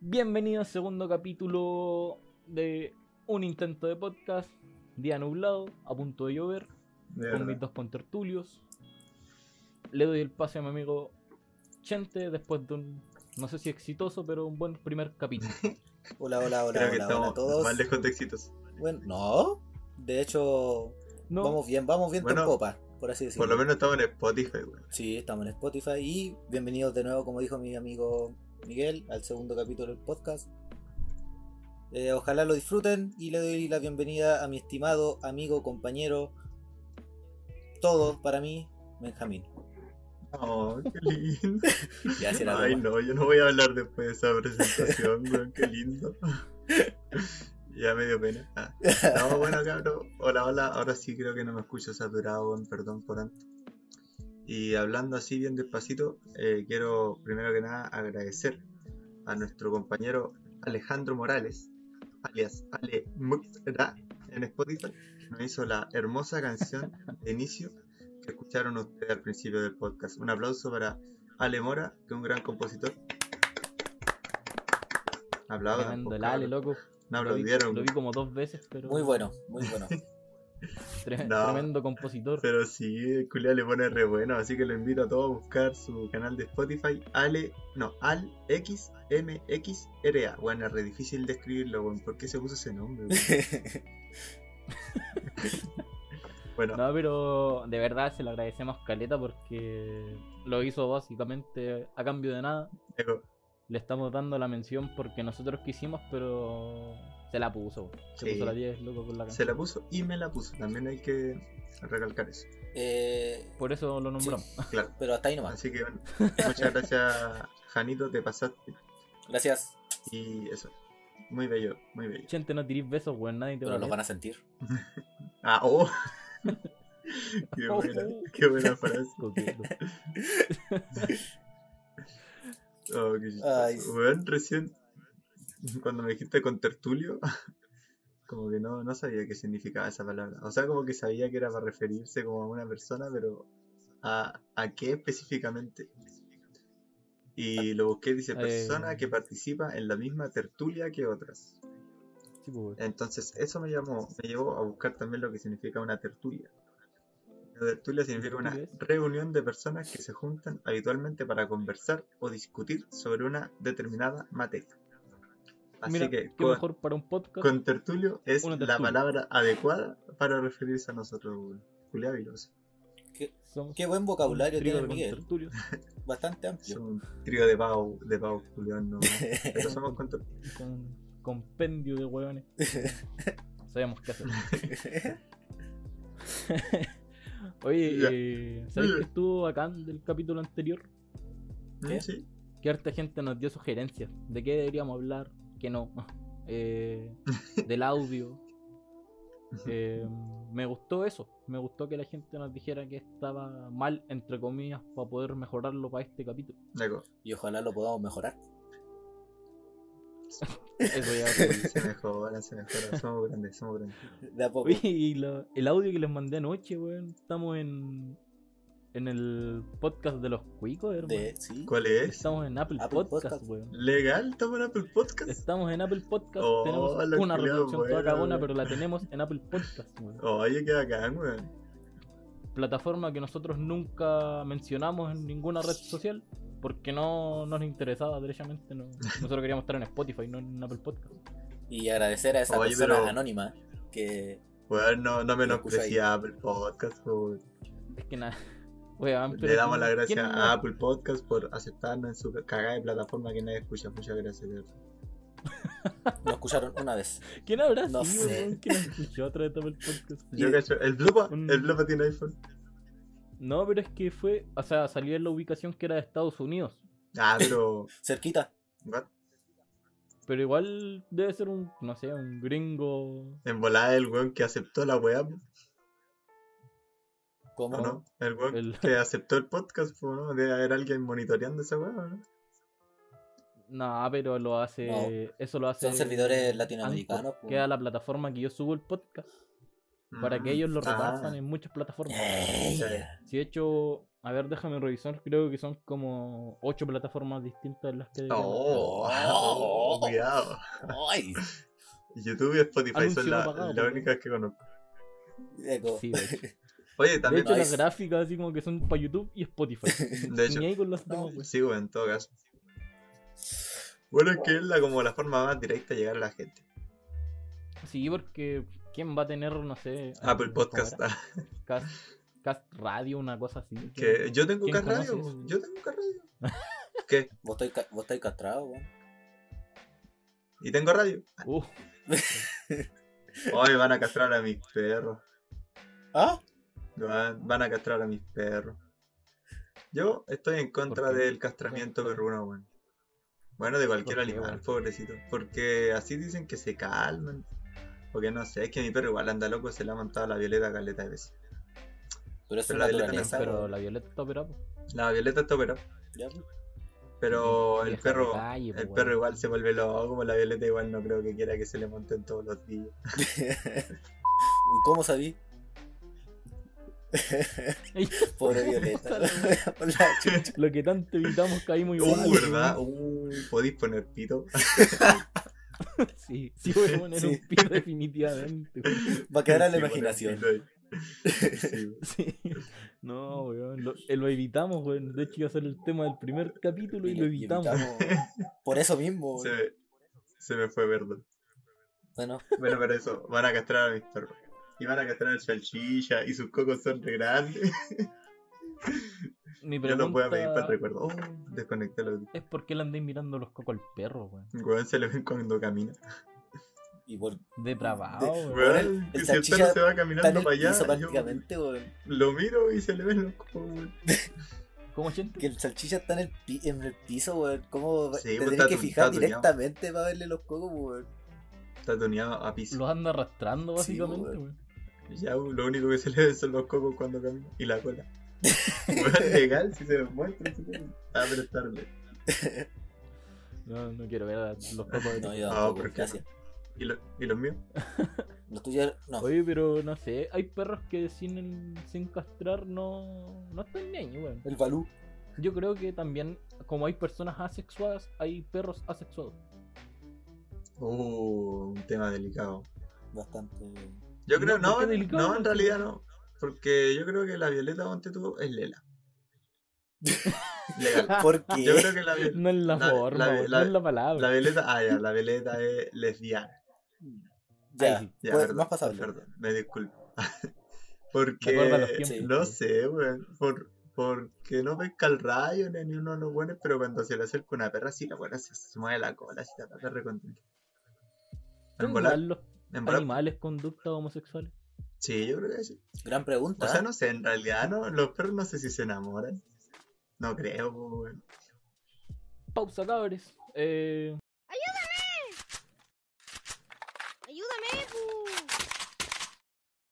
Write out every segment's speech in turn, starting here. Bienvenido al segundo capítulo de un intento de podcast. Día nublado, a punto de llover, De con verdad. mis dos contertulios. Le doy el pase a mi amigo Chente después de un, no sé si exitoso, pero un buen primer capítulo. Hola, hola, hola, Creo que hola, hola a estamos todos. mal descontextitos. Bueno, no, de hecho, No, vamos bien, vamos bien Bueno, con copa, por así decirlo. Por lo menos estamos en Spotify, weón. Sí, estamos en Spotify y bienvenidos de nuevo, como dijo mi amigo Miguel, al segundo capítulo del podcast. Eh, ojalá lo disfruten y le doy la bienvenida a mi estimado amigo, compañero, todo para mí, Benjamín. Oh, qué lindo. Ya, si era Ay, broma. no, yo no voy a hablar después de esa presentación, weón. Qué lindo. Ya me dio pena. Ah. No, bueno, cabrón. Hola, hola. Ahora sí creo que no me escucho saturado, weón. Perdón por antes. Y hablando así bien despacito, eh, quiero primero que nada agradecer a nuestro compañero Alejandro Morales, alias Ale Muxra, en Spotify, que nos hizo la hermosa canción de inicio que escucharon ustedes al principio del podcast. Un aplauso para Ale Mora, que es un gran compositor. Aplaudan, tremendo pues, el Ale, cabros. loco. No Lo vi, aplaudieron. lo vi como dos veces, pero Muy bueno, muy bueno. tre- No. tremendo compositor. Pero sí, el culiao le pone re bueno, así que lo invito a todos a buscar su canal de Spotify, Ale, no, Al XMXRA. Bueno, es re difícil de escribirlo, weón, ¿por qué se puso ese nombre? weón? Bueno, No, pero de verdad se lo agradecemos Caleta porque lo hizo básicamente a cambio de nada. Diego, Le estamos dando la mención porque nosotros quisimos, pero se la puso. Se Sí. puso la 10, loco, con la se canción. la puso y me la puso, también hay que recalcar eso. Eh, Por eso lo nombramos. Claro, pero hasta ahí nomás. así que bueno, muchas gracias, Janito, te pasaste. Gracias, Y eso, muy bello, muy bello. Gente, no tirís besos, weón, nadie te va pero a los leer. van a sentir. Ah, oh. qué, buena, qué buena frase. Coqueto. Oh, qué chistoso. Ay. Weón, recién cuando me dijiste con tertulio, como que no, no sabía qué significaba esa palabra. O sea, como que sabía que era para referirse como a una persona, pero ¿a, a qué específicamente? Y lo busqué, dice persona Eh. que participa en la misma tertulia que otras. Sí, pues, weón. Entonces, eso me llamó, me llevó a buscar también lo que significa una tertulia. Una tertulia significa una ¿Tertulia es? reunión de personas que se juntan habitualmente para conversar o discutir sobre una determinada materia. Así Mira, que qué con, mejor para un podcast. con tertulio es Una la tertulia. palabra adecuada para referirse a nosotros, weón. Julián Vilosa. Somos Qué buen un vocabulario trío tiene de Miguel, contertulios. bastante amplio. Somos un trío de pavo, de pavo, Julián, no. Pero somos con tertulio. Con compendio de hueones. Sabemos qué hacer. Oye, Ya. eh, ¿sabes que estuvo acá del capítulo anterior? ¿Qué? ¿Mm? Sí, que harta gente nos dio sugerencias de qué deberíamos hablar, qué no, eh, del audio. Eh, me gustó eso, me gustó que la gente nos dijera que estaba mal, entre comillas, para poder mejorarlo para este capítulo. de acuerdo. Y ojalá lo podamos mejorar. Eso ya va a ser. Se mejora, se mejora. Somos grandes, somos grandes. De a poco. Oye, y la- el audio que les mandé anoche, weón, estamos en, en el podcast de los cuicos, hermano. De, sí. ¿Cuál es? Estamos en Apple, Apple Podcast, Podcast. weón. Legal, estamos en Apple Podcast. Estamos en Apple Podcast, Oh, tenemos los una culiados reproducción toda buenos, cagona, weón. pero la tenemos en Apple Podcast, weón. Oye, qué bacán, weón. plataforma que nosotros nunca mencionamos en ninguna red social porque no nos interesaba derechamente. No. Nosotros queríamos estar en Spotify, no en Apple Podcast. Y agradecer a esa Oye, persona pero- anónima que Weón, no, no escucho menosprecia a Apple Podcast, weón. Es que nada. weón, Ah, pero Le damos las ¿quién- gracias quién- a Apple Podcast por aceptarnos en su cagada de plataforma que nadie escucha. Muchas gracias, de verdad. lo escucharon una vez. ¿Quién habrá No sido, sé. weón, que nos escuchó a través de Apple Podcast? Yo Y- cacho, el Blupa, un- el Blupa tiene iPhone. No, pero es que fue. O sea, salió en la ubicación que era de Estados Unidos. Ah, pero. Cerquita. what? Pero igual debe ser un, no sé, un gringo. En volada el weón que aceptó la weá, po, ¿Cómo? ¿o no? El weón El- que aceptó el podcast, po, ¿no? Debe haber alguien monitoreando esa weá, ¿no? No, pero lo hace. No. Eso lo hace. Son servidores Anchor, latinoamericanos, pues. Que era la plataforma que yo subo el podcast. para que ellos lo repasan repartan en muchas plataformas. Ey, Sí. Si de hecho, A ver, déjame revisar. Creo que son como ocho plataformas distintas en las que. Oh, Oh. cuidado. ¡Ay! YouTube y Spotify Anuncio son la- no pagado, las porque- únicas que conozco. Eco. Sí, de hecho. Oye, De también. hecho, hay- las gráficas así como que son para YouTube y Spotify. De hecho. Ni ahí con las No, demás, pues. Sí, bueno, en todo caso. Bueno, es que es la, como la forma más directa de llegar a la gente. Sí, porque ¿quién va a tener, no sé. Apple Ah, ¿cómo Ah, Podcast. era? ah, Cast, Cast Radio, una cosa así. que yo tengo ¿Quién Cas Radio. pues, conoce eso? Yo tengo Cas Radio. ¿Qué? Vos estáis ca- vos estáis castrados, weón. ¿Y tengo radio? Uh, Hoy van a castrar a mis perros. ¿Ah? Van, van a castrar a mis perros. Yo estoy en contra ¿Por qué? del castramiento perruno, weón. Bueno, de cualquier ¿Por qué, animal, weón? pobrecito. Porque así dicen que se calman. Porque no sé, es que mi perro igual anda loco, se le ha montado la violeta caleta de veces. Pero eso Pero es la violeta no naturaleza, pero weón. la Violeta está operada. pues. La violeta está operada, Ya, pues. pero el Vieja perro, de calle, pues, el weón. perro igual se vuelve loco, como la violeta igual no creo que quiera que se le monten todos los días. ¿Y pues. ¿Cómo sabí? Pobre Violeta. La chucha. Lo que tanto evitamos caímos igual. Uh, ¿verdad? Uh, podéis poner pito. Sí, sí voy a poner Sí. un pito definitivamente. weón. Va a quedar a Sí, la poner imaginación. pito ahí. Sí. Sí. No, weón. Lo, eh, lo evitamos, weón. De hecho, iba a ser el tema del primer capítulo y lo evitamos. Por eso mismo, Se weón. me, se me fue verdad. Bueno, Bueno, pero eso, van a castrar a mis perros. Y van a castrar al salchicha y sus cocos son re grandes. Mi Yo los voy a pedir para pregunta el recuerdo. Oh, desconecté los es por qué le andáis mirando los cocos al perro, weón. Weón se le ven cuando camina. y por Depravado, De- weón. Weón, Weón, el si el salchicha perro se va está en caminando el para allá, piso yo prácticamente, weón. lo miro y se le ven los cocos, weón. ¿Cómo gente? Que el salchicha está en el, pi- en el piso, weón. ¿Cómo Sí, te pues, tenés está que tu- fijar está tu llama. directamente para verle los cocos, pues, weón? Está tuneado a piso. Los anda arrastrando, Sí, básicamente, weón. weón. Ya, weón, lo único que se le ven son los cocos cuando camina. Y la cola. Weón, legal si se los muestra. si quieren. Ah, pero está re- No, no quiero ver a los cocos de No, perro. yo No, tampoco, ¿por qué? gracias. ¿Y, lo- ¿Y los míos? Los tuyos, no. Oye, pero no sé, hay perros que sin, sin castrar no, no están bien, weón. El balú. Yo creo que también, como hay personas asexuadas, hay perros asexuados. Uh, un tema delicado. Bastante. Yo creo, No, no, ¿por qué en- delicado? no, en realidad no. Porque yo creo que la Violeta Monte tuvo es Lela. Legal. Porque Yo creo que la, Vi- No es la, La- forma, la- weón, la- no es la palabra. la Violeta. Ah, ya, la Violeta es lesbiana. ya, Ay, sí. Ya, pues, perdón, más pasable. perdón, me disculpo. Recuerda los porque. tiempos. sí. No sé, weón. Por, porque no pesca el rayo ni uno de los buenos, pero cuando se le acerca una perra, sí, la buena se, se mueve la cola, sí, la perra recontenta. En ¿Son volar, igual los en volar. animales conductas homosexuales? Sí, yo creo que sí. Gran pregunta. O ¿Ah? sea, no sé, en realidad no, los perros no sé si se enamoran. No creo, po, weón. Pausa, cabres. Eh, ¡Ayúdame, pu!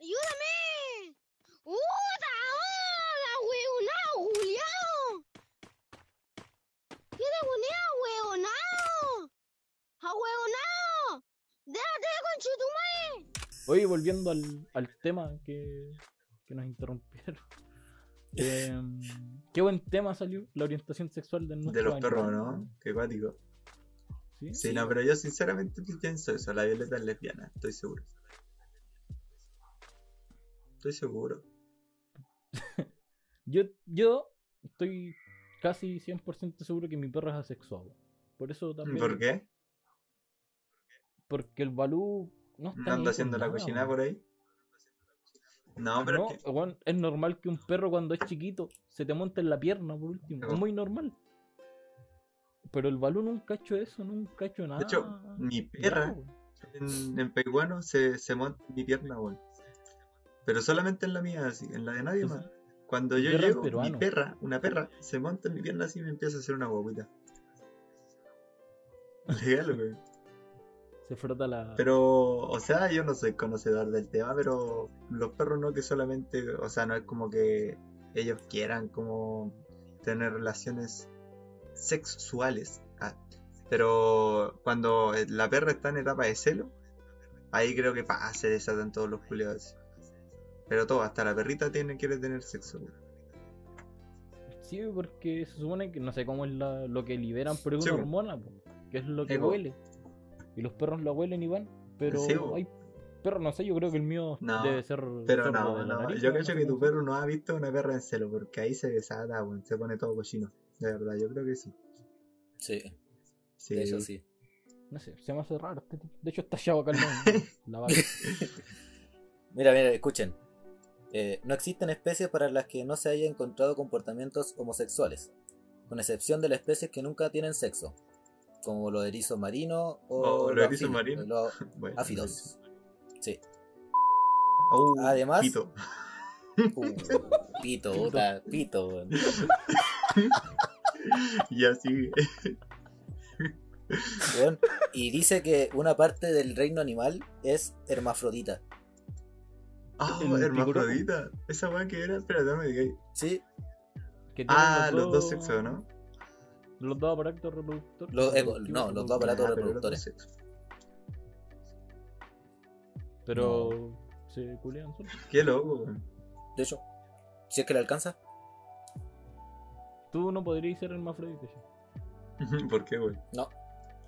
¡Ayúdame! ¡Uta! ¡Hola, huevonao, Juliao! ¿Qué te ponía, huevonao? ¡A huevonao! ¡Déjate con oye, volviendo al, al tema que, que nos interrumpieron. Eh, qué buen tema salió, la orientación sexual de De nuestros los perros, animales, ¿no? Qué cuático. ¿Sí? Sí, no, pero yo sinceramente pienso eso. La Violeta es lesbiana, estoy seguro. Estoy seguro. Yo, yo estoy casi 100% seguro que mi perro es asexual. Por eso también. ¿Por qué? Porque el balú no está. ¿No ni ahí con anda haciendo la nada, cocina weón. por ahí? No, pero No, es que. weón, es normal que un perro cuando es chiquito se te monte en la pierna, por último. Claro. Es muy normal. Pero el balón nunca ha hecho eso, nunca ha hecho nada. De hecho, Ah, mi perra bravo. en, en Peiguano se, se monta en mi pierna, weón. Pero solamente en la mía, así, en la de nadie más. Cuando yo perro es llego, mi peruano. perra, una perra, se monta en mi pierna así y me empieza a hacer una guaguita. Legal, weón. se frota la. Pero, o sea, yo no soy conocedor del tema, pero los perros no que solamente, o sea, no es como que ellos quieran como tener relaciones sexuales. Ah, pero cuando la perra está en etapa de celo, ahí creo que pa, se desatan todos los culiados. Pero todo, hasta la perrita tiene, quiere tener sexo. Sí, porque se supone que no sé cómo es la- lo que liberan, pero es Sí, una po. hormona, po, que es lo que Sí, po. huele. Y los perros lo huelen y van, pero Sí, po. hay perros, no sé, yo creo que el mío No, debe ser Pero sordo no, de la no. nariz, Yo ¿no? creo sé que cómo tu perro no ha visto una perra en celo, porque ahí se desata, weón, se pone todo cochino. De verdad, yo creo que sí. Sí, Sí. de hecho sí. se- No sé, se me hace raro. este tipo. De hecho, está echado acá al lado, la vaca. Mira, mira, escuchen. Eh, no existen especies para las que no se haya encontrado comportamientos homosexuales, con excepción de las especies que nunca tienen sexo, como los erizos marinos o O los erizos anfibios, marinos. los Bueno, áfidos. Sí. Uh, Además- pito. Uh, pito, puta, pito. weón. Y así. Weón, Y dice que una parte del reino animal es hermafrodita. Ah, El hermafrodita. Esa weón que era, espérate, no me digáis. Sí, Que tienen Ah, los dos sexos, ¿no? Ah, Los dos aparatos reproductores. Los- eh, no, los dos reproductivos. aparatos Ah, pero los dos reproductores. sexos. Pero se culean solos. Qué loco, weón. de hecho, si es que le alcanza. Tú no podrías ser hermafrodita. yo. ¿Por qué, weón?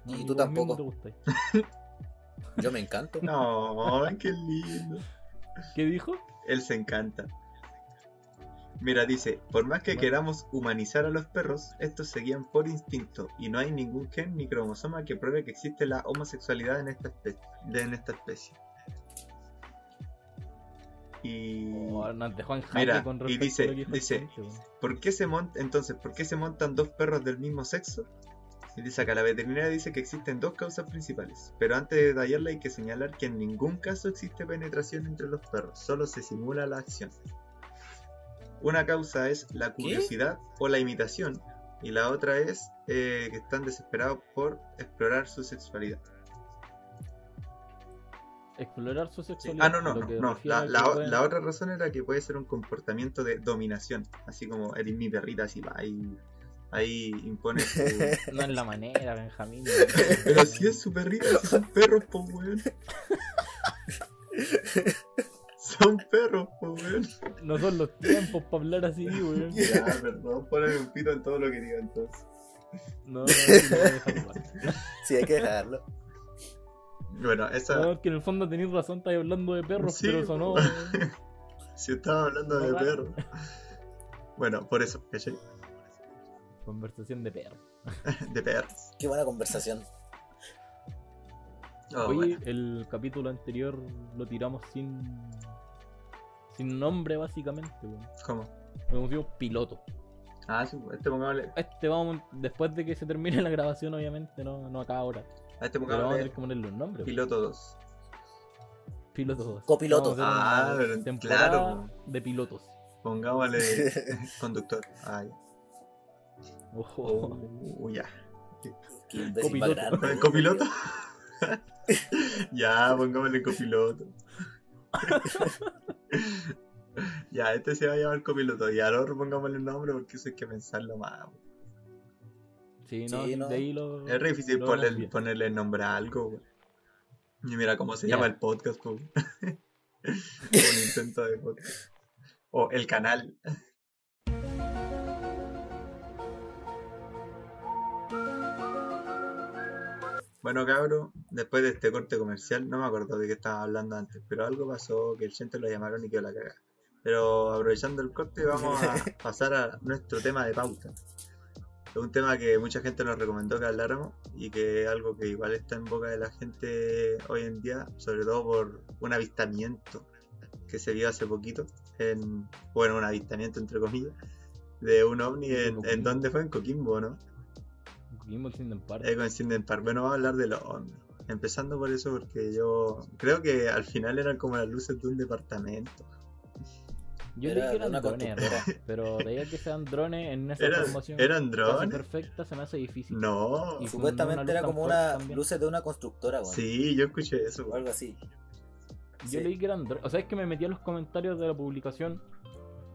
Y Ni tú vos mismo tampoco. te gustáis. Yo me encanto. No, qué lindo. ¿Qué dijo? Él se encanta. Mira, dice, por más que Bueno. queramos humanizar a los perros, estos se guían por instinto y no hay ningún gen ni cromosoma que pruebe que existe la homosexualidad en esta especie. en esta especie. Y Oh, nos dejó en jaque Mira, con y respecto dice- a lo que dijo dice- este, weón. ¿Por qué se montan entonces? ¿Por qué se montan dos perros del mismo sexo? Y dice acá, la veterinaria dice que existen dos causas principales, pero antes de detallarla hay que señalar que en ningún caso existe penetración entre los perros, solo se simula la acción. Una causa es la curiosidad o la imitación, y la otra es eh, que están desesperados por explorar su sexualidad. Explorar su Sí. sexualidad. Ah, no, no, lo no, que no, refiere La, a que la o- pueden- la otra razón era que puede ser un comportamiento de dominación, así como eres mi perrita, así va, ahí, ahí impone su, No es la manera, Benjamín. Pero si es su perrito, si son perros, po, weón. Son perros, po, weón. No son los tiempos para hablar así, weón. Ya, perdón, ponen un pito en todo lo que digo entonces. No, no, sí, lo voy a dejar igual. Sí, hay que dejarlo. Bueno, esa. No, es que en el fondo tenés razón, estáis hablando de perros, Sí, pero sonó. weón. weón. Si estaba hablando de Raro. perros. Bueno, por eso, ¿cachai? Conversación de perros. De perros. Qué buena conversación. Oh, Oye, bueno. el capítulo anterior lo tiramos sin. sin nombre, básicamente, weón. ¿Cómo? Lo pusimos piloto. Ah, sí, a este pongámosle. Este vamos, después de que se termine la grabación, obviamente, no, no acá ahora. A este Pero vamos a tener pongámosle que ponerle un nombre. weón. piloto 2. Piloto 2. Copiloto. Vamos a hacer Ah, una pero temporada claro. De pilotos. Pongámosle conductor. Ah, ya. Ojo. Uh, ya. Qué imbécil más Copiloto. grande. ¿El copiloto? ya, pongámosle copiloto. ya, este se va a llamar copiloto. Y al otro pongámosle un nombre porque eso hay que pensarlo más. Sí, no, Sí, no. de ahí lo. Es re difícil lo ponerle- desvía. ponerle nombre a algo, güey. Y mira cómo se Ya. llama el podcast, po. un intento de podcast. O el canal. Bueno, cabro, después de este corte comercial, no me acuerdo de qué estaba hablando antes, pero algo pasó que el gente lo llamaron y quedó la cagada. Pero aprovechando el corte, vamos a pasar a nuestro tema de pauta. Es un tema que mucha gente nos recomendó que habláramos y que es algo que igual está en boca de la gente hoy en día, sobre todo por un avistamiento que se vio hace poquito, en, bueno, un avistamiento entre comillas, de un ovni En en, en Coquimbo. ¿dónde fue? En Coquimbo, ¿no? Coquimbo Extienden Park. Eh, con Sinden Park. Bueno, vamos a hablar de los ovnis. Empezando por eso, porque yo creo que al final eran como las luces de un departamento. Yo dije Era que eran una drones, constructora. Roa, pero de ahí a que sean drones en esa Eran, formación eran casi drones. perfecta se me hace difícil. No. Y fue una Supuestamente luz era tan como fuerte una también. luces de una constructora, weón. Sí, yo escuché eso. O algo así. Yo Sí. leí que eran drones. O sea, es que me metí a los comentarios de la publicación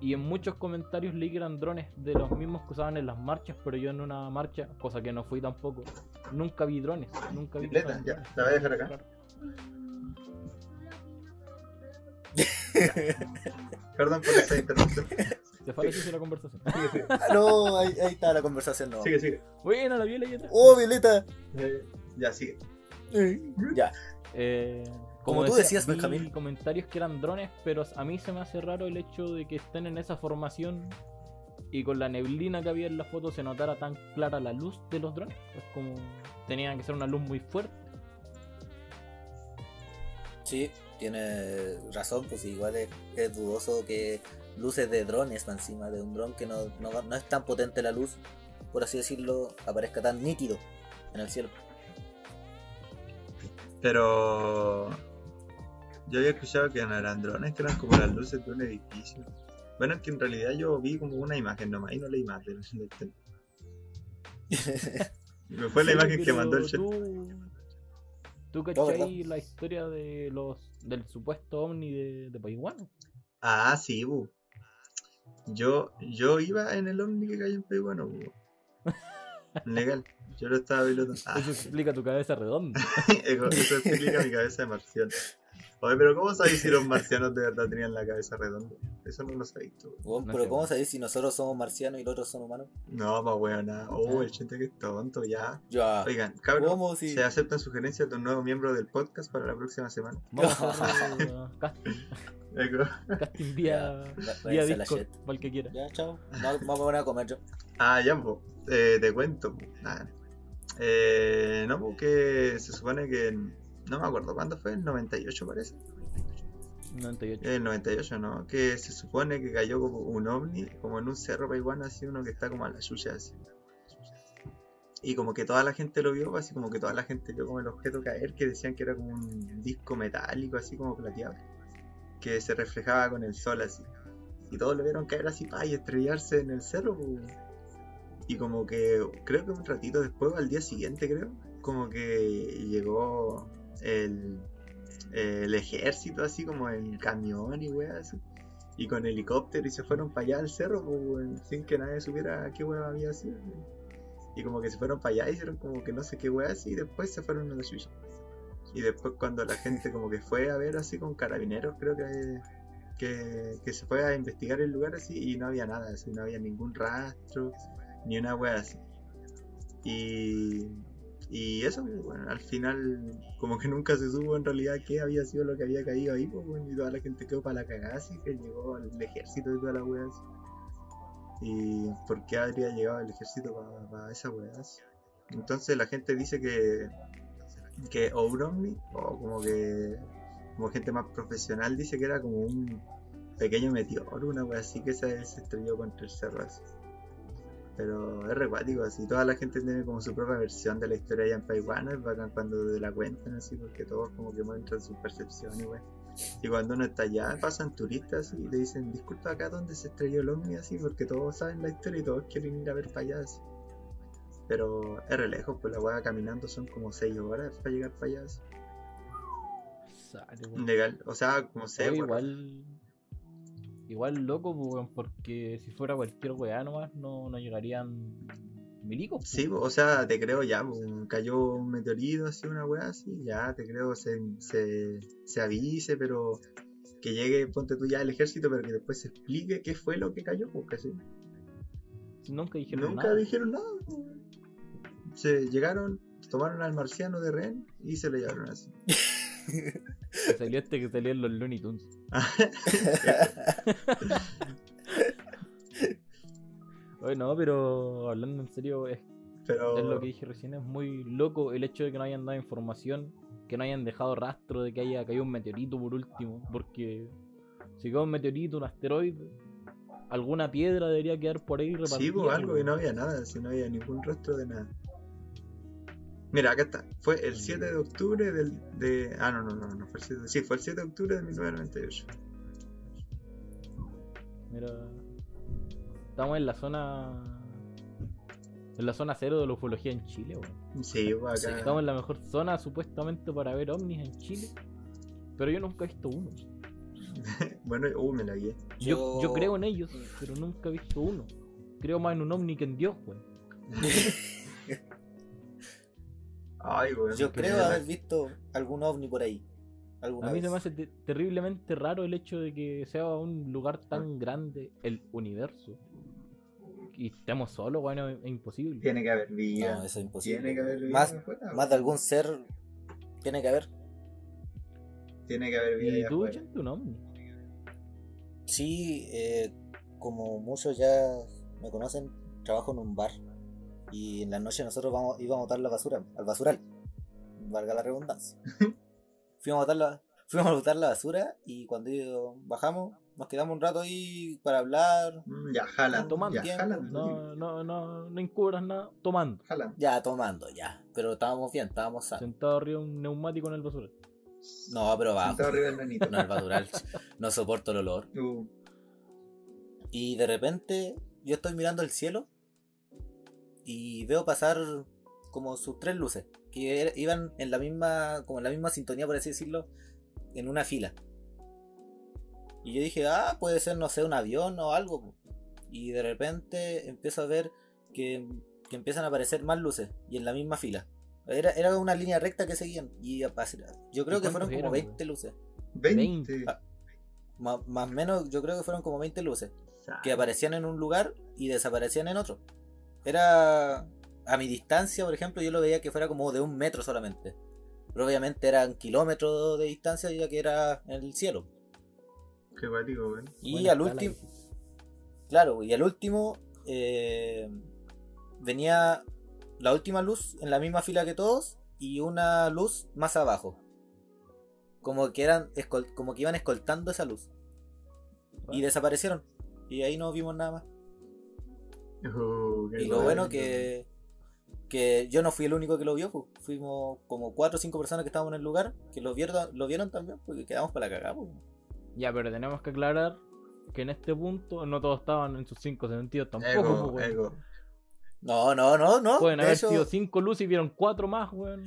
y en muchos comentarios leí que eran drones de los mismos que usaban en las marchas, pero yo en una marcha, cosa que no fui tampoco, nunca vi drones. Nunca vi que Bicicleta, usaran ya, drones. la voy a dejar acá. Perdón por esta interrupción. Se fue a la chucha la conversación. Sigue, sigue. Ah, no, ahí, ahí está la conversación, no. Sigue, sigue. Buena la viola y otra. Oh, Violeta. Eh, ya, sigue. Ya. Eh, Como tú decías, vi Benjamín. comentarios que eran drones, pero a mí se me hace raro el hecho de que estén en esa formación y con la neblina que había en la foto se notara tan clara la luz de los drones. Es como tenía que ser una luz muy fuerte. Sí, tiene razón, pues igual es, es dudoso que luces de drones va encima de un dron que no, no, no es tan potente la luz, por así decirlo, aparezca tan nítido en el cielo. Pero. Yo había escuchado que no eran drones, que eran como las luces de un edificio. Bueno, es que en realidad yo vi como una imagen nomás y no leí más del del tema. Me Fue la Sí, imagen que pero mandó el chat. tú- ¿Tú cachai la historia de los del supuesto ovni de, de Paiwano? Ah, sí, bu. Yo, yo iba en el ovni que cayó en Peruano, bu. Legal. Yo lo estaba pilotando. Ah, Eso explica tu cabeza redonda. eso eso explica mi cabeza de marciano. Oye, pero ¿cómo sabéis si los marcianos de verdad tenían la cabeza redonda? Eso no lo sabéis tú. Weón, No pero sé, ¿cómo weón. sabéis si nosotros somos marcianos y los otros son humanos? No, más weón, nada. Oh, el chente que es tonto, ya. Ya. Oigan, cabrón, ¿Cómo si? se aceptan sugerencias de un nuevo miembro del podcast para la próxima semana. Eh, Vamos a hacer uh, casting, Eco. casting Ya, vía, va- vía váyanse a la Discord, shit. para el que quiera. Ya, chao. No, vamos a poner a comer yo. Ah, ya, po. Eh, te cuento. po. Nada. Eh, no, porque se supone que. en- No me acuerdo cuándo fue, el 98 parece. 98. El 98, ¿no? Que se supone que cayó como un ovni, como en un cerro peruano, así uno que está como a la suya, así. Y como que toda la gente lo vio, así como que toda la gente vio como el objeto caer, que decían que era como un disco metálico, así como plateado, que se reflejaba con el sol, así. Y todos lo vieron caer así, pa, y estrellarse en el cerro, pues. Y como que, creo que un ratito después, al día siguiente, creo, como que llegó el eh, el ejército, así como en camión y weá, así. Y con helicóptero y se fueron para allá al cerro, pues, weón, sin que nadie supiera qué weá había sido. weón. Y como que se fueron para allá, hicieron como que no sé qué weá así, y después se fueron a la suya. Y después cuando la gente como que fue a ver así con carabineros, creo que, que, que se fue a investigar el lugar así y no había nada, así, no había ningún rastro, ni una weá así. Y y eso, pues, bueno, al final, como que nunca se supo en realidad qué había sido lo que había caído ahí, pues, bueno, y toda la gente quedó para la cagada, así que llegó el ejército y toda la wea así. ¿Y por qué habría llegado el ejército para esa wea así? Entonces la gente dice que, que o un ovni, o como que, como gente más profesional, dice que era como un pequeño meteoro, una wea así que se, se estrelló contra el cerro así. Pero es recuático, así toda la gente tiene como su propia versión de la historia allá en Paiwano, es bacán cuando te la cuentan así, porque todos como que muestran su percepción y wey. Y cuando uno está allá, pasan turistas y te dicen, disculpa acá donde se estrelló el ovni así, porque todos saben la historia y todos quieren ir a ver para allá así. Pero es re lejos, pues la weá caminando son como 6 horas para llegar para allá así. Sale, weón. Legal, o sea, como 6 Oye, horas. Mm. igual. Igual loco, pues, weón, porque si fuera cualquier weá nomás no, no llegarían milicos. pues. Sí, po, o sea, te creo ya, po, cayó un meteorito, así, una weá, así, ya, te creo, se, se, se avise, pero que llegue, ponte tú ya el ejército, pero que después se explique qué fue lo que cayó, porque Nunca dijeron nunca nada. dijeron nada. po. Se llegaron, tomaron al marciano de Ren y se lo llevaron así. Que Salió este que salía en los Looney Tunes. Oye, no, pero hablando en serio, es, Pero, es lo que dije recién, es muy loco el hecho de que no hayan dado información, que no hayan dejado rastro de que haya caído un meteorito por último, porque si cae un meteorito, un asteroide, alguna piedra debería quedar por ahí repartida. pues, sí, po, algo, y weón. no había nada, si no había ningún rastro de nada. Mira, acá está. Fue el 7 de octubre del. De... Ah, no, no, no, no fue el 7. de- Sí, fue el 7 de octubre de 1998. Mira, estamos en la zona. En la zona cero de la ufología en Chile, weón. Sí, pues Sí, acá. Estamos en la mejor zona supuestamente para ver ovnis en Chile. Pero yo nunca he visto uno. Bueno, uh, me la guié. Yo, yo Yo- creo en ellos, pero nunca he visto uno. Creo más en un ovni que en Dios, weón. Ay, weón. Yo qué creo mierda. haber visto algún ovni por ahí. alguna A mí vez. se me hace te- terriblemente raro el hecho de que sea un lugar tan grande, el universo. Y estemos solos, bueno, es es imposible. Tiene que haber vida. No, eso es imposible. tiene que haber vida. Más- afuera, Más de algún ser tiene que haber. Tiene que haber vida. ¿Y allá tú, afuera. Chan, tu nombre? Sí, eh, como muchos ya me conocen, trabajo en un bar. Y en la noche nosotros vamos, íbamos a botar la basura, al basural. Valga la redundancia. fuimos, a botar la, fuimos a botar la basura y cuando yo- bajamos, nos quedamos un rato ahí para hablar. Mm, Ya, jalan. Tomando Ya, tiempo, jalan. No, no, no, no encubras nada tomando. Jalan. Ya tomando, ya. Pero estábamos bien, estábamos sanos. Sentado arriba de un neumático en el basura. No, pero bajo. Sentado arriba del nanito. No, el basural. No soporto el olor. Uh, Y de repente yo estoy mirando el cielo y veo pasar como sus tres luces, que er- iban en la misma, como en la misma sintonía, por así decirlo, en una fila. Y yo dije, ah, puede ser, no sé, un avión o algo. po". Y de repente empiezo a ver que, que empiezan a aparecer más luces y en la misma fila. Era, era una línea recta que seguían. Y apare- yo creo que cuántas fueron como eran, 20 luces. 20. Veinte. Ah. Ma- más o menos, yo creo que fueron como 20 luces Sa- que aparecían en un lugar y desaparecían en otro. Era a mi distancia, por ejemplo, yo lo veía que fuera como de un metro solamente. Pero obviamente eran kilómetros de distancia ya que era en el cielo. Qué guático, weón. Y Buena al escala, último, dice. claro, y al último eh, venía la última luz en la misma fila que todos y una luz más abajo. Como que eran escol- como que iban escoltando esa luz y desaparecieron. Y ahí no vimos nada más. Uh, qué Y lo guático. bueno que, que yo no fui el único que lo vio, pues. fuimos como cuatro o cinco personas que estábamos en el lugar, que lo vieron, lo vieron también, porque quedamos para la cagada. pues. Ya, pero tenemos que aclarar que en este punto no todos estaban en sus cinco sentidos tampoco. Ego, pues, weón. ego. No, no, no, no. Pueden de haber hecho- sido cinco luces y vieron cuatro más, weón.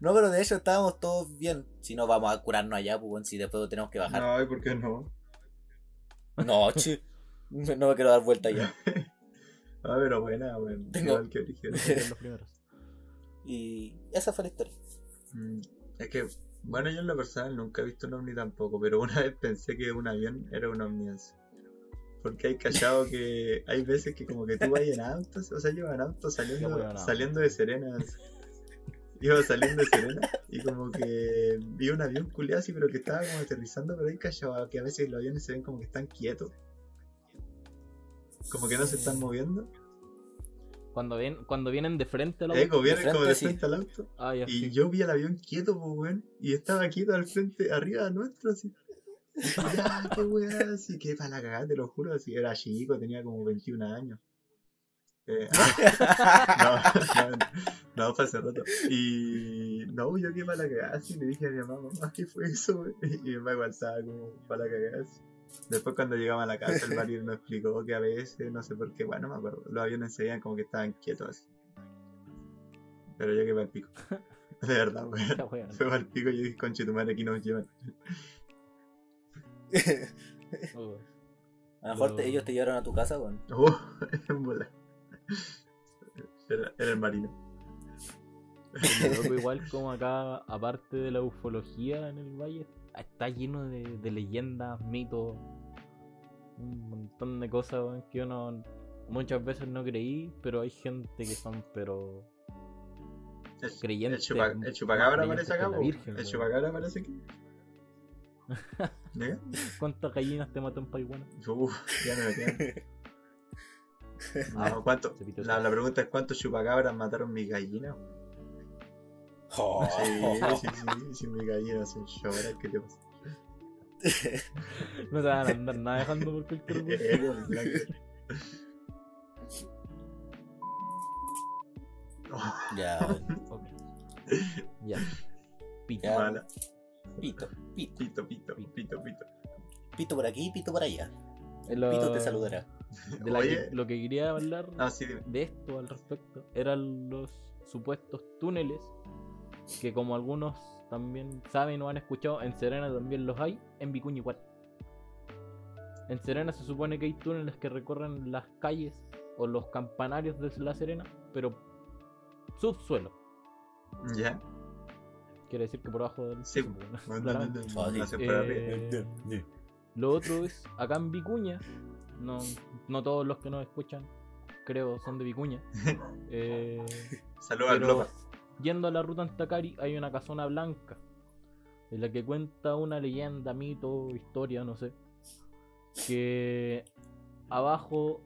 No, pero de hecho estábamos todos bien. Si no vamos a curarnos allá, pues bueno, si después tenemos que bajar. No, ¿y por qué no? No, che. No me quiero dar vuelta allá. Ah, pero buena, weón. Tengo- Igual que origen. Fueron los primeros. Y esa fue la historia. Mm, Es que, bueno, yo en lo personal nunca he visto un ovni tampoco, pero una vez pensé que un avión era un ovni en sí. Porque hay cachado que hay veces que como que tú vas en autos, o sea, yo iba en Yo auto voy en saliendo, auto. saliendo de Serena. así. Iba saliendo de Serena y como que vi un avión culeado así, pero que estaba como aterrizando, pero hay cachado que a veces los aviones se ven como que están quietos, como que no se están moviendo. Cuando, ven, cuando vienen de frente a la Eco, vienen como frente, de sí. frente al auto. Ah, ya, Y sí. yo vi el avión quieto, pues, weón. Y estaba quieto al frente, arriba de nuestro, así. Y dije, Ya, qué weón, así que para la cagada, te lo juro. Así era chico, tenía como 21 años. Eh, ah, no, no, no, fue hace rato. Y no, yo qué para la cagada, así. Le dije a mi mamá, mamá, ¿qué fue eso, weón? Y mi mamá igual estaba como para la cagada, así. Después cuando llegaba a la casa el barrio nos explicó que a veces, no sé por qué, bueno, no me acuerdo, los aviones se veían como que estaban quietos así. Pero yo que me pico. De verdad, weón. Ya, weón. Fue al pico y yo dije, conche tu madre, aquí nos llevan. Uh, A lo mejor te- Pero- ellos te llevaron a tu casa, bueno. Oh, en bola. Era, era el marino. loco, igual como acá, aparte de la ufología en el valle, está lleno de, de leyendas, mitos, un montón de cosas weón, que yo no- muchas veces no creí, pero hay gente que son, pero El, creyente. el chupa- el más chupacabra creyente aparece acá, que la po. Virgen, El weón. chupacabra aparece aquí. ¿Nega? ¿Cuántas gallinas te mató en Paiwana? Uf, ya no me quedan. No, ¿cuánto? se pitó La, todo. la pregunta es: ¿cuántos chupacabras mataron mis gallinas? weón? Oh. Sí, sí, sí, sí, mis gallinas son choras, ¿qué te pasa? No te van a andar nada dejando por cualquier weón. Ego, blanco. Oh, Ya, bueno. Ok. Ya. Pito. Ya. mala. Pito, pito. Pito, pito, pito, pito. Pito por aquí, pito por allá. El Lo- pito te saludará. De la que- Oye. lo que quería hablar Ah, sí, dime. de esto al respecto eran los supuestos túneles que como algunos también saben o han escuchado, en Serena también los hay, en Vicuña igual. En Serena se supone que hay túneles que recorren las calles o los campanarios de La Serena, pero subsuelo. ya. Quiere decir que por abajo del. Sí. piso, pues, No, no, no, claramente. no, no, no se fue arriba. Eh, Lo otro es, acá en Vicuña, no, no todos los que nos escuchan, creo, son de Vicuña. Eh, Saludos al pero Globa. yendo a la ruta Antacari hay una casona blanca, en la que cuenta una leyenda, mito, historia, no sé, que abajo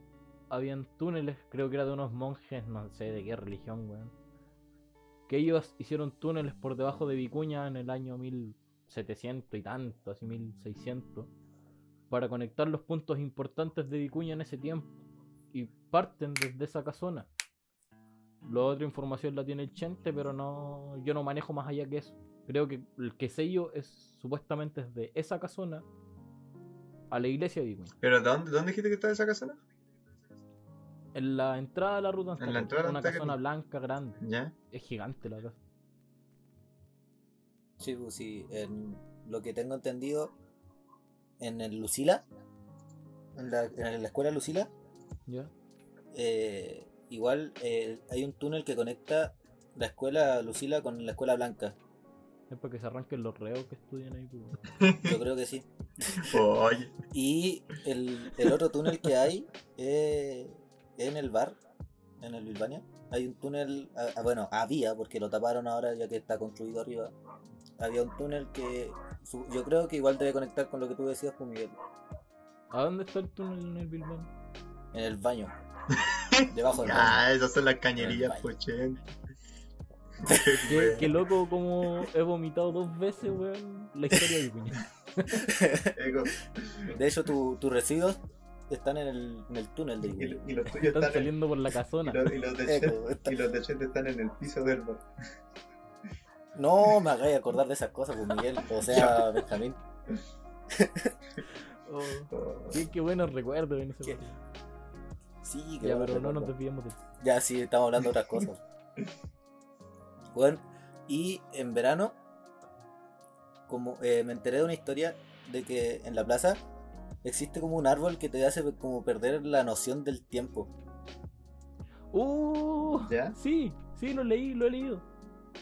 habían túneles, creo que era de unos monjes, no sé de qué religión, weón. Que ellos hicieron túneles por debajo de Vicuña en el año 1700 y tanto, así 1600, para conectar los puntos importantes de Vicuña en ese tiempo. Y parten desde esa casona. La otra información la tiene el Chente, pero no, yo no manejo más allá que eso. Creo que el que sé yo es supuestamente desde esa casona a la iglesia de Vicuña. ¿Pero dónde, dónde dijiste que estaba esa casona? En la entrada de la ruta En Antártica, la entrada de la una Antártica. casona blanca grande. ¿Ya? Es gigante la casa. Sí, pues sí, en lo que tengo entendido, en el Lucila, en la, en la escuela Lucila, ¿Ya? eh, igual eh, hay un túnel que conecta la escuela Lucila con la escuela Blanca. Es para que se arranquen los reos que estudian ahí. pues. Yo creo que sí. Oye, Y el, el otro túnel que hay eh, en el bar, en el Bilbania. Hay un túnel, ah, ah, bueno, había, porque lo taparon ahora ya que está construido arriba. Había un túnel que su- yo creo que igual debe conectar con lo que tú decías, con Miguel. ¿A dónde está el túnel en el Bilbao? En el baño. Debajo del baño. ah, esas son pues, las cañerías, Vale. pochen. Qué, qué loco como he vomitado dos veces, weón, la historia de Vicuña. De hecho, tu- tus residuos están en el, en el túnel del Y, baño. lo- y los tuyos Están están en, saliendo por la y casona. los, y los de Chet- Eco, está- y los de Chet están en el piso del bar. No me hagáis acordar de esas cosas, pues Miguel. O sea, Benjamín. Oh, qué, qué buenos recuerdos en ese Qué- momento. Sí, que Ya, bueno, pero no recuerdo. nos desviemos de Ya, sí, estamos hablando de otras cosas. Bueno, y en verano, como eh, me enteré de una historia de que en la plaza existe como un árbol que te hace pe- como perder la noción del tiempo. ¡Uh! ¿Ya? Sí, sí, lo leí, lo he leído.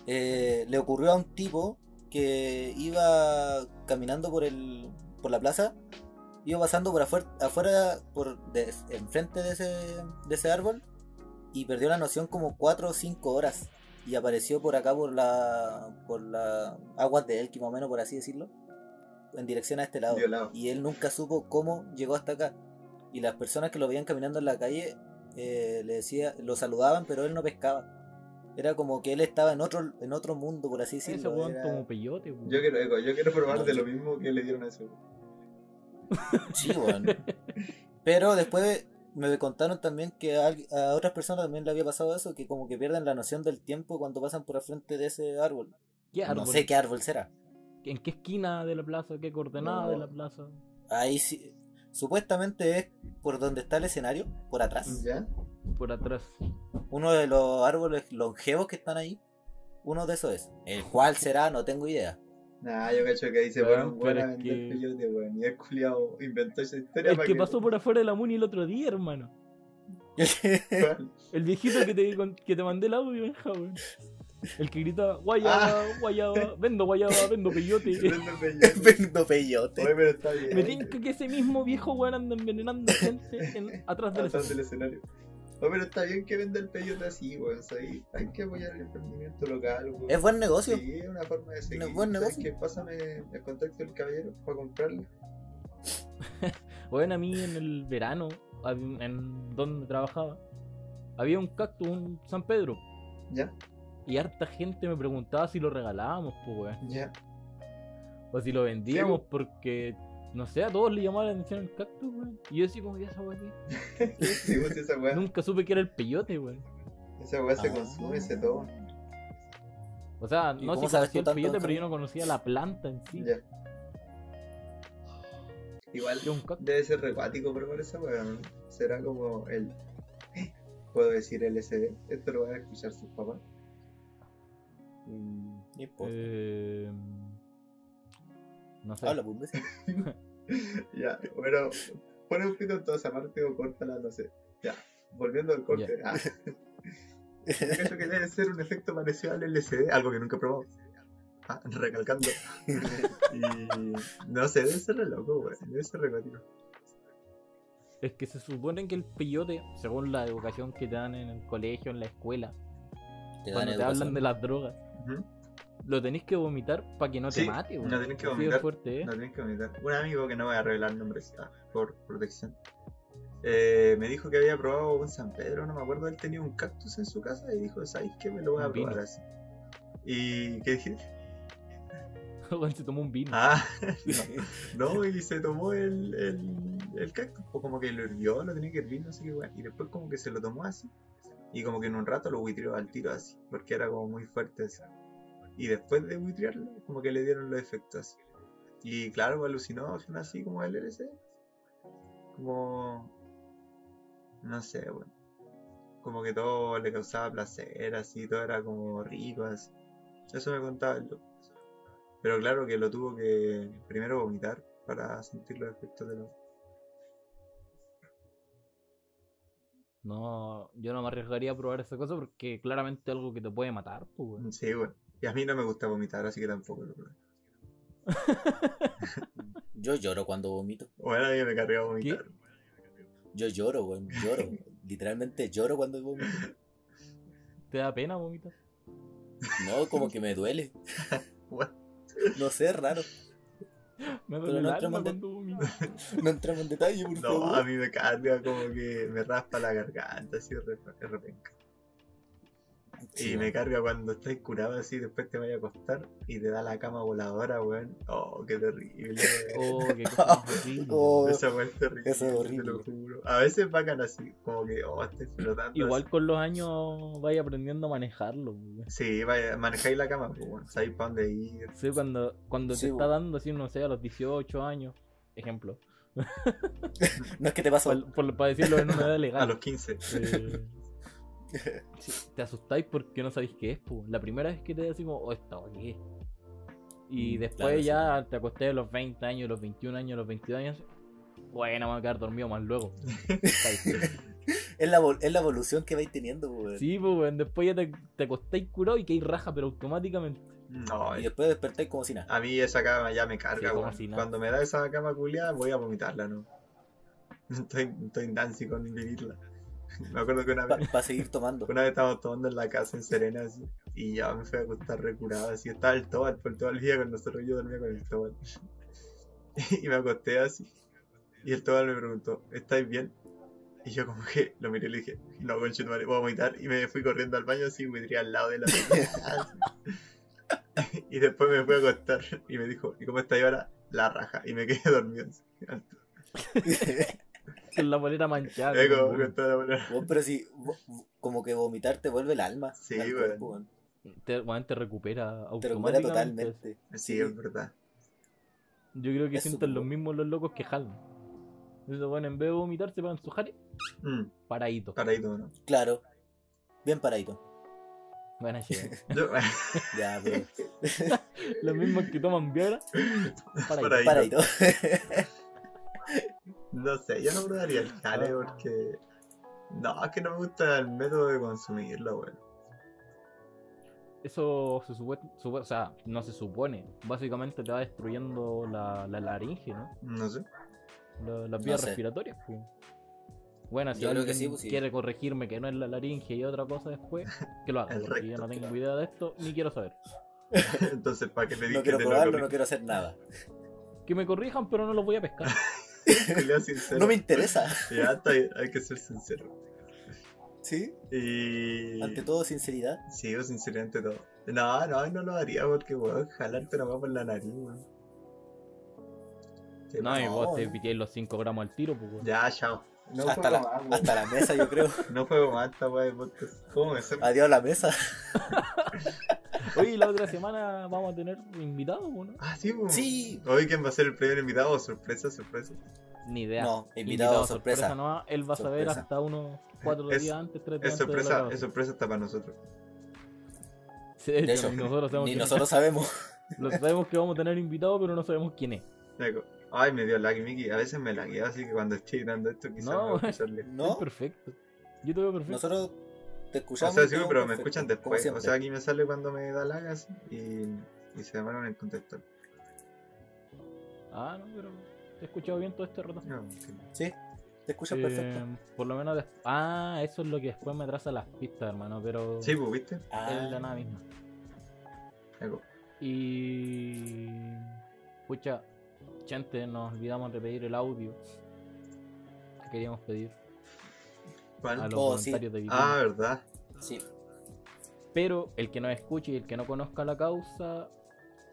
Eh, le ocurrió a un tipo que iba caminando por el por la plaza, iba pasando por afuera, afuera por de- enfrente de ese, de ese árbol y perdió la noción como 4 o 5 horas y apareció por acá por la por la aguas de Elqui más o menos por así decirlo en dirección a este lado Violado. y él nunca supo cómo llegó hasta acá y las personas que lo veían caminando en la calle eh, le decía lo saludaban pero él no pescaba era como que él estaba en otro en otro mundo por así ese decirlo weón era- como peyote, weón. Yo quiero, eco, yo quiero probar de lo mismo que le dieron a ese. Sí, weón. Pero después me contaron también que a, al- a otras personas también le había pasado eso, que como que pierden la noción del tiempo cuando pasan por al frente de ese árbol. ¿Qué árbol? No sé qué árbol será. ¿En qué esquina de la plaza? ¿Qué coordenada No. de la plaza? Ahí sí. Supuestamente es por donde está el escenario, por Pues, atrás. ¿Ya? Por atrás. Uno de los árboles longevos que están ahí, uno de esos es. El cual será, no tengo idea. Nah, yo cacho que ahí se Claro, fueron weón a pero es vender que- peyote, weón. Y el culiao inventó esa historia El para que pasó por afuera de la Muni el otro día, hermano. El viejito que te, con- que te mandé el audio, hija, weón. El que gritaba, guayaba, Ah. guayaba, vendo guayaba, vendo peyote. Vende peyote. Oye, Vendo peyote. pero está bien. Me tinca que ese mismo viejo weón anda envenenando gente en- atrás del Atrás del escenario. escenario. No, pero está bien que venda el peyote así, weón. O sea, ahí hay que apoyar el emprendimiento local, weón. Es buen negocio. Sí, es una forma de seguir. buen ¿Sabes negocio. qué? Pásame el contacto del caballero para comprarla. Bueno, a mí en el verano, hab- en donde trabajaba, había un cactus, un San Pedro. ¿Ya? Y harta gente me preguntaba si lo regalábamos, pues, weón. Ya. O si lo vendíamos Sí, porque, no sé, a todos le llamaba la atención el cactus, weón. Y yo así como, ya esa weá qué? Sí, pues, esa weá, Nunca supe que era el peyote, weón. esa weá se Ah. consume, se toma. O sea, ¿Y no cómo sé si sabes tú conocía el tanto, peyote, pero Benjamín? yo no conocía la planta en sí. Ya. Igual Era un cactus. debe ser recuático probar esa weá. ¿no? Será como el. eh, Puedo decir LSD. Esto lo van a escuchar sus papás. Mm, no importa. Eh, No sé. Habla, pues, imbécil. Ya, bueno, pon un pito en toda esa parte o córtala, no sé. Ya, volviendo al corte. ah. Yo creo que debe ser un efecto parecido al LCD, algo que nunca he probado. Ah, recalcando. y no sé, debe ser re loco, güey. Debe ser re gótico. Es que se supone que el peyote, según la educación que te dan en el colegio, en la escuela, Te dan cuando te hablan educación. de las drogas, Ujú. lo tenés que vomitar para que no te Sí, mate, lo weón. tenés Así que de vomitar, fuerte, ¿eh? No tienes que vomitar. Un amigo que no voy a revelar nombres ah, por protección. eh, me dijo que había probado un San Pedro, no me acuerdo. Él tenía un cactus en su casa y dijo, ¿sabes qué? Me lo voy a Un vino. probar así. ¿Y qué dije? Weón, se tomó un vino. Ah, no, no, y se tomó el, el, el cactus. Pues como que lo hirvió, lo tenía que hervir, no sé qué, weá, Y después como que se lo tomó así. Y como que en un rato lo buitreó al tiro así, porque era como muy fuerte así. Y después de buitrearlo, como que le dieron los efectos así. Y claro, alucinógeno así como el LSD. Como... No sé, bueno. Como que todo le causaba placer, así, todo era como rico, así. Eso me contaba el loco. Pero claro que lo tuvo que primero vomitar para sentir los efectos de la... No, yo no me arriesgaría a probar esa cosa porque claramente es algo que te puede matar, pues, Mm. weón. Sí, bueno. Y a mí no me gusta vomitar, así que tampoco lo probé. Yo lloro cuando vomito. Bueno, a mí me cargaba vomitar. Yo lloro, weón. Lloro. Literalmente lloro cuando vomito. ¿Te da pena vomitar? No, como que me duele. Bueno, No sé, es raro. Me no duele el alma entremos en- cuando vomito. No entramos en detalle, por no, a favor. mí me carga como que me raspa la garganta, así de re- de repenca. y Sí, me weón. carga cuando estás curado así, después te vayas a acostar y te da la cama voladora, weón. Oh, qué terrible. weón. Oh, qué cosa más horrible. Esa Oh, weón es terrible. eso es Te lo horrible. juro. A veces bacan así, como que, oh, estoy flotando. Igual con los años vais aprendiendo a manejarlo, pues, weón. Sí, vaya, manejáis la cama, pues, bueno, sabéis para dónde ir. Sí, cuando, cuando Sí, te está bo. dando así, no sé, a los 18 años, ejemplo, No es que te pasó. para decirlo en una edad legal. A los 15. eh, sí, te asustáis porque no sabéis qué es, po. La primera vez que te decimos, oh, esta weá, ¿qué es? Y Mm, claro, después sí. ya te acosté a los 20 años, los 21 años, los 22 años. Bueno, me voy a quedar dormido más luego. Es la, vol- es la evolución que vais teniendo, weón. sí, pues, weón, después ya te, te acostáis curado y caes raja, pero automáticamente. No, Y después despertáis como si nada. a mí esa cama ya me Sí, carga, como weón. si nada. Cuando me da esa cama culiada, voy a vomitarla, ¿no? Estoy, estoy en Nancy con vivirla. Me acuerdo que una Para vez, seguir tomando. una vez estábamos tomando en la casa en Serena, así, y ya me fui a acostar recurado, así. Estaba el Tobal por todo el día con nosotros, yo dormía con el Tobal. Y me acosté así. Y el Tobal me preguntó, ¿estáis bien? Y yo como que lo miré y le dije, no, conchetumare, voy a vomitar. Y me fui corriendo al baño así, me tiré al lado de la Y después me fui a acostar y me dijo, ¿y cómo está ahí ahora? La raja. Y me quedé dormido. así. Con la polera manchada. Eh, como weón. con toda la bola. Vos, pero si, vo- vo- como que vomitar te vuelve el alma. Sí, al weón. cuerpo, weón. Te, weón, te recupera Te recupera automáticamente. totalmente. Sí, es verdad. Yo creo que Es sienten súper los bueno. mismos los locos que jalan. Eso, bueno, en vez de vomitar, se van a sujar Mm, paradito. paradito, ¿no? Claro. Bien paradito. Van a llegar. Yo, Ya, pero. Los mismos que toman Viagra. Paradito. Paradito. paradito. no sé, yo no probaría el jale Ah. porque... No, es que no me gusta el método de consumirlo, weón. Eso se supone, o sea, no se supone. Básicamente te va destruyendo la, la laringe, ¿no? No sé. La- las vías sé. respiratorias. pues. Bueno, si Yo creo alguien que sí, pues, sí. quiere corregirme que no es la laringe y otra cosa después, que lo haga. El Porque yo recto, no tengo claro. idea de esto ni quiero saber. Entonces, ¿para qué pedís No que quiero te lo probarlo, no corrija? quiero hacer nada. Que me corrijan, pero no los voy a pescar. Culiao sincero. No me interesa. Ya está bien, hay que ser sincero. ¿Sí? Y... Ante todo, sinceridad. Sí, yo sinceridad ante todo. No, no, no lo haría porque, weón, jalarte la por la nariz, weón. Sí, pues, No, y No, vos te no. piteáis los 5 gramos al tiro, pues. weón. Ya, chao. No hasta, la, hasta Ah, la mesa, yo creo. No juego más esta weá de podcast. ¿Cómo me hace? Adiós la mesa. Oye, la otra semana vamos a tener invitados, ¿o ¿no? Ah, sí, weón. Sí. Hoy quién va a ser el primer invitado, sorpresa, sorpresa. Ni idea. No, invitado, sorpresa. nomás. Él va a saber Sorpresa. hasta unos 4 Es- días antes, 3 días Es antes. de la sorpresa, grabación. es sorpresa hasta para nosotros. Sí, de De hecho, hecho, ni nosotros sabemos Ni quién es. nosotros sabemos. Lo sabemos que vamos a tener invitados, pero no sabemos quién es. Luego, Ay, me dio lag, Miki. A veces me lagueo, así que cuando estoy dando esto, quizás No, no, weón. Es No, perfecto. Yo te veo perfecto. nosotros te O escuchamos. sea, sí, todo pero me perfecto, escuchan como después. O siempre. sea, aquí me sale cuando me da lag así, y y se demoraron en contestar. Ah, no, pero te he escuchado bien todo este rato. No, entiendo. ¿Sí? Te escuchas Eh, perfecto. por lo menos. des- Ah, eso es lo que después me traza las pistas, hermano. Pero. Sí, pues, ¿viste? Es la Ah, nada misma. Algo. Y. Pucha, gente, nos olvidamos de pedir el audio que queríamos pedir ¿Cuál? a los Oh, sí. comentarios de video. Ah, verdad. sí. Pero el que no escuche y el que no conozca la causa,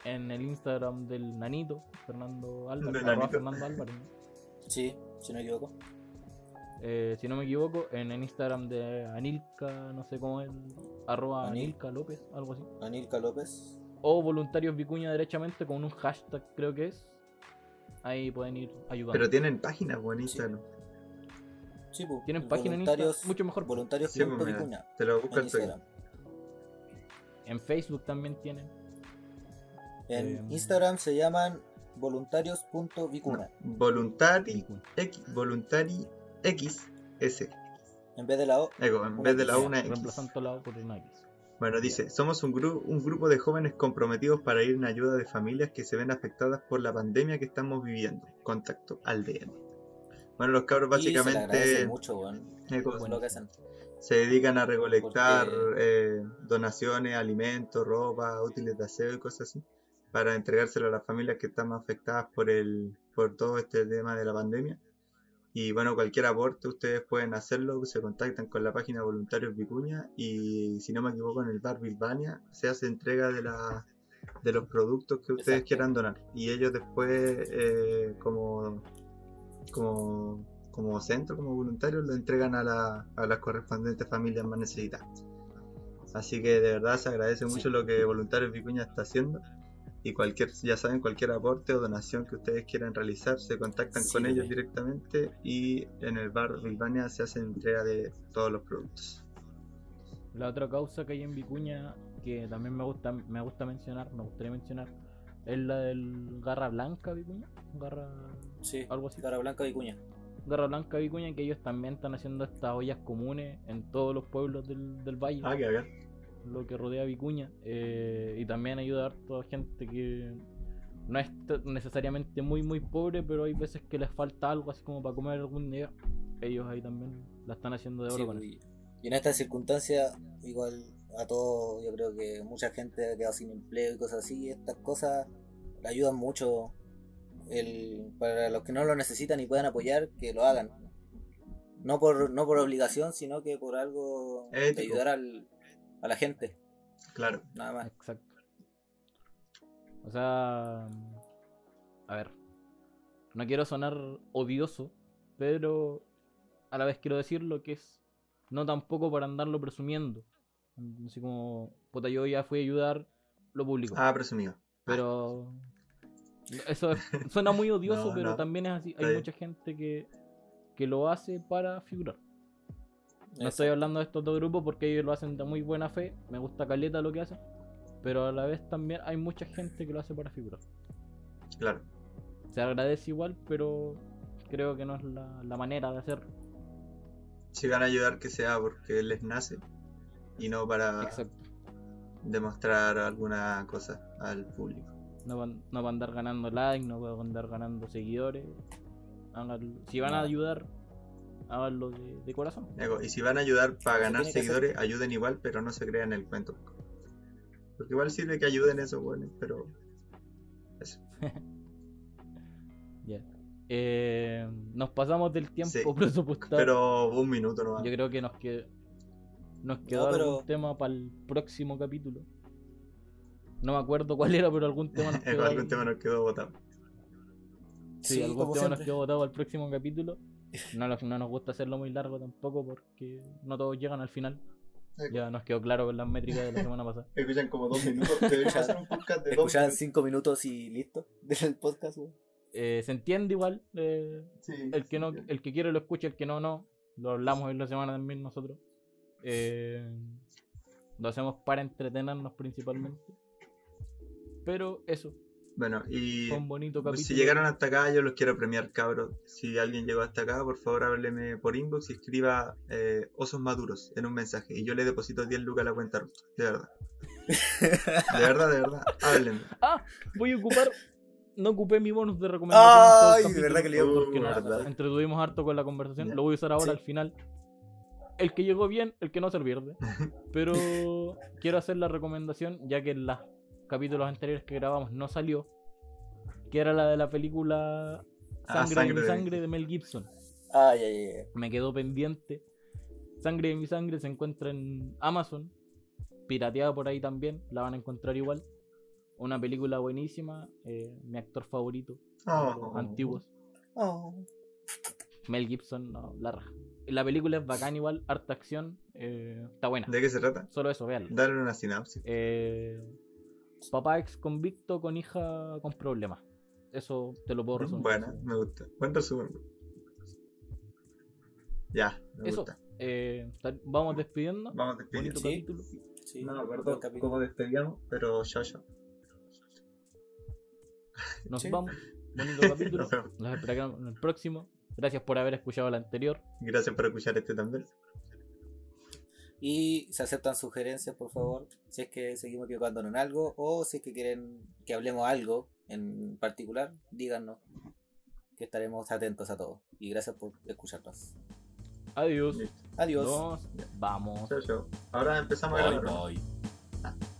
en el Instagram del nanito, Fernando Álvarez, Del arroba nanito. Fernando Álvarez, ¿no? Sí, si no me equivoco. Eh, si no me equivoco, en el Instagram de Anilca, no sé cómo es, arroba Anil. Anilca López, algo así. Anilca López. O voluntarios Vicuña derechamente con un hashtag creo que es. Ahí pueden ir ayudando. Pero tienen páginas buenas Instagram. Sí, pues. Tienen página en Instagram, mucho mejor. Voluntarios Sí, punto pues, mira, Vicuña, Te lo en buscas tú. Instagram. En Facebook también tienen. En Em, Eh, Instagram se llaman voluntarios.vicuna. Voluntari Vicuña. X. Voluntari X. S. En vez de la O. Ego, en Una vez de la X, una X. Reemplazando la O por una X. Bueno, dice, somos un, gru- un grupo de jóvenes comprometidos para ir en ayuda de familias que se ven afectadas por la pandemia que estamos viviendo. Contacto al DM. Bueno, los cabros Y se le agradece básicamente pues, mucho, weón. eco, por lo que hacen. se dedican a recolectar Porque- eh, donaciones, alimentos, ropa, útiles de aseo y cosas así, para entregárselo a las familias que están más afectadas por, el, por todo este tema de la pandemia. Y bueno, cualquier aporte ustedes pueden hacerlo, se contactan con la página Voluntarios Vicuña y si no me equivoco en el bar Bilbania se hace entrega de, la, de los productos que ustedes Exacto. quieran donar. Y ellos después eh, como, como, como centro, como voluntarios, lo entregan a, la- a las correspondientes familias más necesitadas. Así que de verdad se agradece Sí. mucho lo que Voluntarios Vicuña está haciendo. Y cualquier, ya saben, cualquier aporte o donación que ustedes quieran realizar, se contactan Sí, con ellos güey. directamente y en el bar Bilbania se hace entrega de todos los productos. La otra causa que hay en Vicuña que también me gusta me gusta mencionar, me gustaría mencionar, es la del Garra Blanca Vicuña, Garra Sí. algo así. Cara Blanca Vicuña. Garra Blanca Vicuña que ellos también están haciendo estas ollas comunes en todos los pueblos del, del valle, Ah, que acá. lo que rodea Vicuña eh, y también ayuda a harto a gente que no es t- necesariamente muy muy pobre, pero hay veces que les falta algo así como para comer algún día. Ellos ahí también la están haciendo de oro Sí, con pues, eso. y y en estas circunstancias, igual a todos, yo creo que mucha gente ha quedado sin empleo y cosas así, estas cosas le ayudan mucho. El, para los que no lo necesitan y puedan apoyar, que lo hagan. No por, no por obligación, sino que por algo Ético. de ayudar al, a la gente, Claro. nada más. Exacto. O sea, a ver, no quiero sonar odioso, pero a la vez quiero decir lo que es, no tampoco para andarlo presumiendo. Así como, puta, yo ya fui a ayudar, lo publico. Ah, presumido. Pero eso es- suena muy odioso, No, pero no. también es así. Hay bien. mucha gente que, que lo hace para figurar. No estoy Eso. hablando de estos dos grupos porque ellos lo hacen de muy buena fe. Me gusta Caleta lo que hacen. Pero a la vez también hay mucha gente que lo hace para figurar. Claro. Se agradece igual, pero creo que no es la, la manera de hacerlo. Si van a ayudar, que sea porque les nace y no para Exacto. demostrar alguna cosa al público. No van, no van a andar ganando likes, no van a andar ganando seguidores. Háganlo- Si van a No. ayudar, háganlo de, de corazón. Ego, Y si van a ayudar para Se ganar tiene que seguidores, ayuden igual, pero no se crean el cuento. Porque igual sirve que ayuden esos buenos, pero Ya. Eh, nos pasamos del tiempo Sí, presupuestario. pero un minuto nomás. Yo creo que nos, que... nos quedó No, pero- algún tema para el próximo capítulo. No me acuerdo cuál era, pero algún tema nos Ego, quedó. algún ahí. tema nos quedó botado. Sí, Sí, algún como tema nos siempre. quedó votado al próximo capítulo. No, lo- no nos gusta hacerlo muy largo tampoco porque no todos llegan al final. Eco. Ya nos quedó claro con las métricas de la semana pasada. Escuchan como dos minutos, deberían hacer un podcast de dos Escuchaban minutos. cinco minutos y listo del podcast. weón. Eh, se entiende igual. eh, Sí, el que no, sí, el que quiere lo escucha, el que no, no. Lo hablamos en la semana también nosotros. Eh, lo hacemos para entretenernos principalmente. Pero eso, Bueno, y pues, fue un bonito Pues capítulo. si llegaron hasta acá, yo los quiero premiar, cabros. Si alguien llegó hasta acá, por favor hábleme por inbox y escriba eh, osos maduros en un mensaje. Y yo le deposito 10 lucas a la cuenta Ruth, de verdad. De verdad, de verdad. Háblenme. Ah, voy a ocupar. No ocupé mi bonus de recomendación. en todo el Ay, de verdad que le capítulo, Uh, dio. Porque nos verdad. entretuvimos harto con la conversación. Ya. Lo voy a usar ahora Sí. al final. El que llegó bien, el que no se pierde. Pero quiero hacer la recomendación, ya que en los capítulos anteriores que grabamos no salió. Que era la de la película Ah, Sangre de mi de- sangre de Mel Gibson. Ay, ay, ay. me quedó pendiente. Sangre de mi sangre se encuentra en Amazon, pirateada por ahí también, la van a encontrar igual. Una película buenísima, eh, mi actor favorito, Oh. antiguos, Oh. Mel Gibson, no, la raja. La película es bacán igual, harta acción, eh, está buena. ¿De qué se trata? Solo eso, veanla. Darle una sinapsis. Eh, papá ex convicto con hija con problemas. Eso te lo puedo resumir. Buena, me gusta. Buen resumen. Ya, me Eso. gusta. Eh, tal- vamos despidiendo. Vamos despidiendo. Bonito Sí. capítulo. Sí, No me buen acuerdo capítulo. cómo despedíamos, pero yo, yo. Nos Sí. vamos. Bonito capítulo. Nos vemos. Nos esperamos en el próximo. Gracias por haber escuchado el anterior. Gracias por escuchar este también. Y se aceptan sugerencias, por favor, si es que seguimos equivocándonos en algo o si es que quieren que hablemos algo en particular, díganos que estaremos atentos a todo. Y gracias por escucharnos. Adiós. Listo. Adiós. Nos vamos. Yo, yo. Ahora empezamos a grabar. ¿no? bye.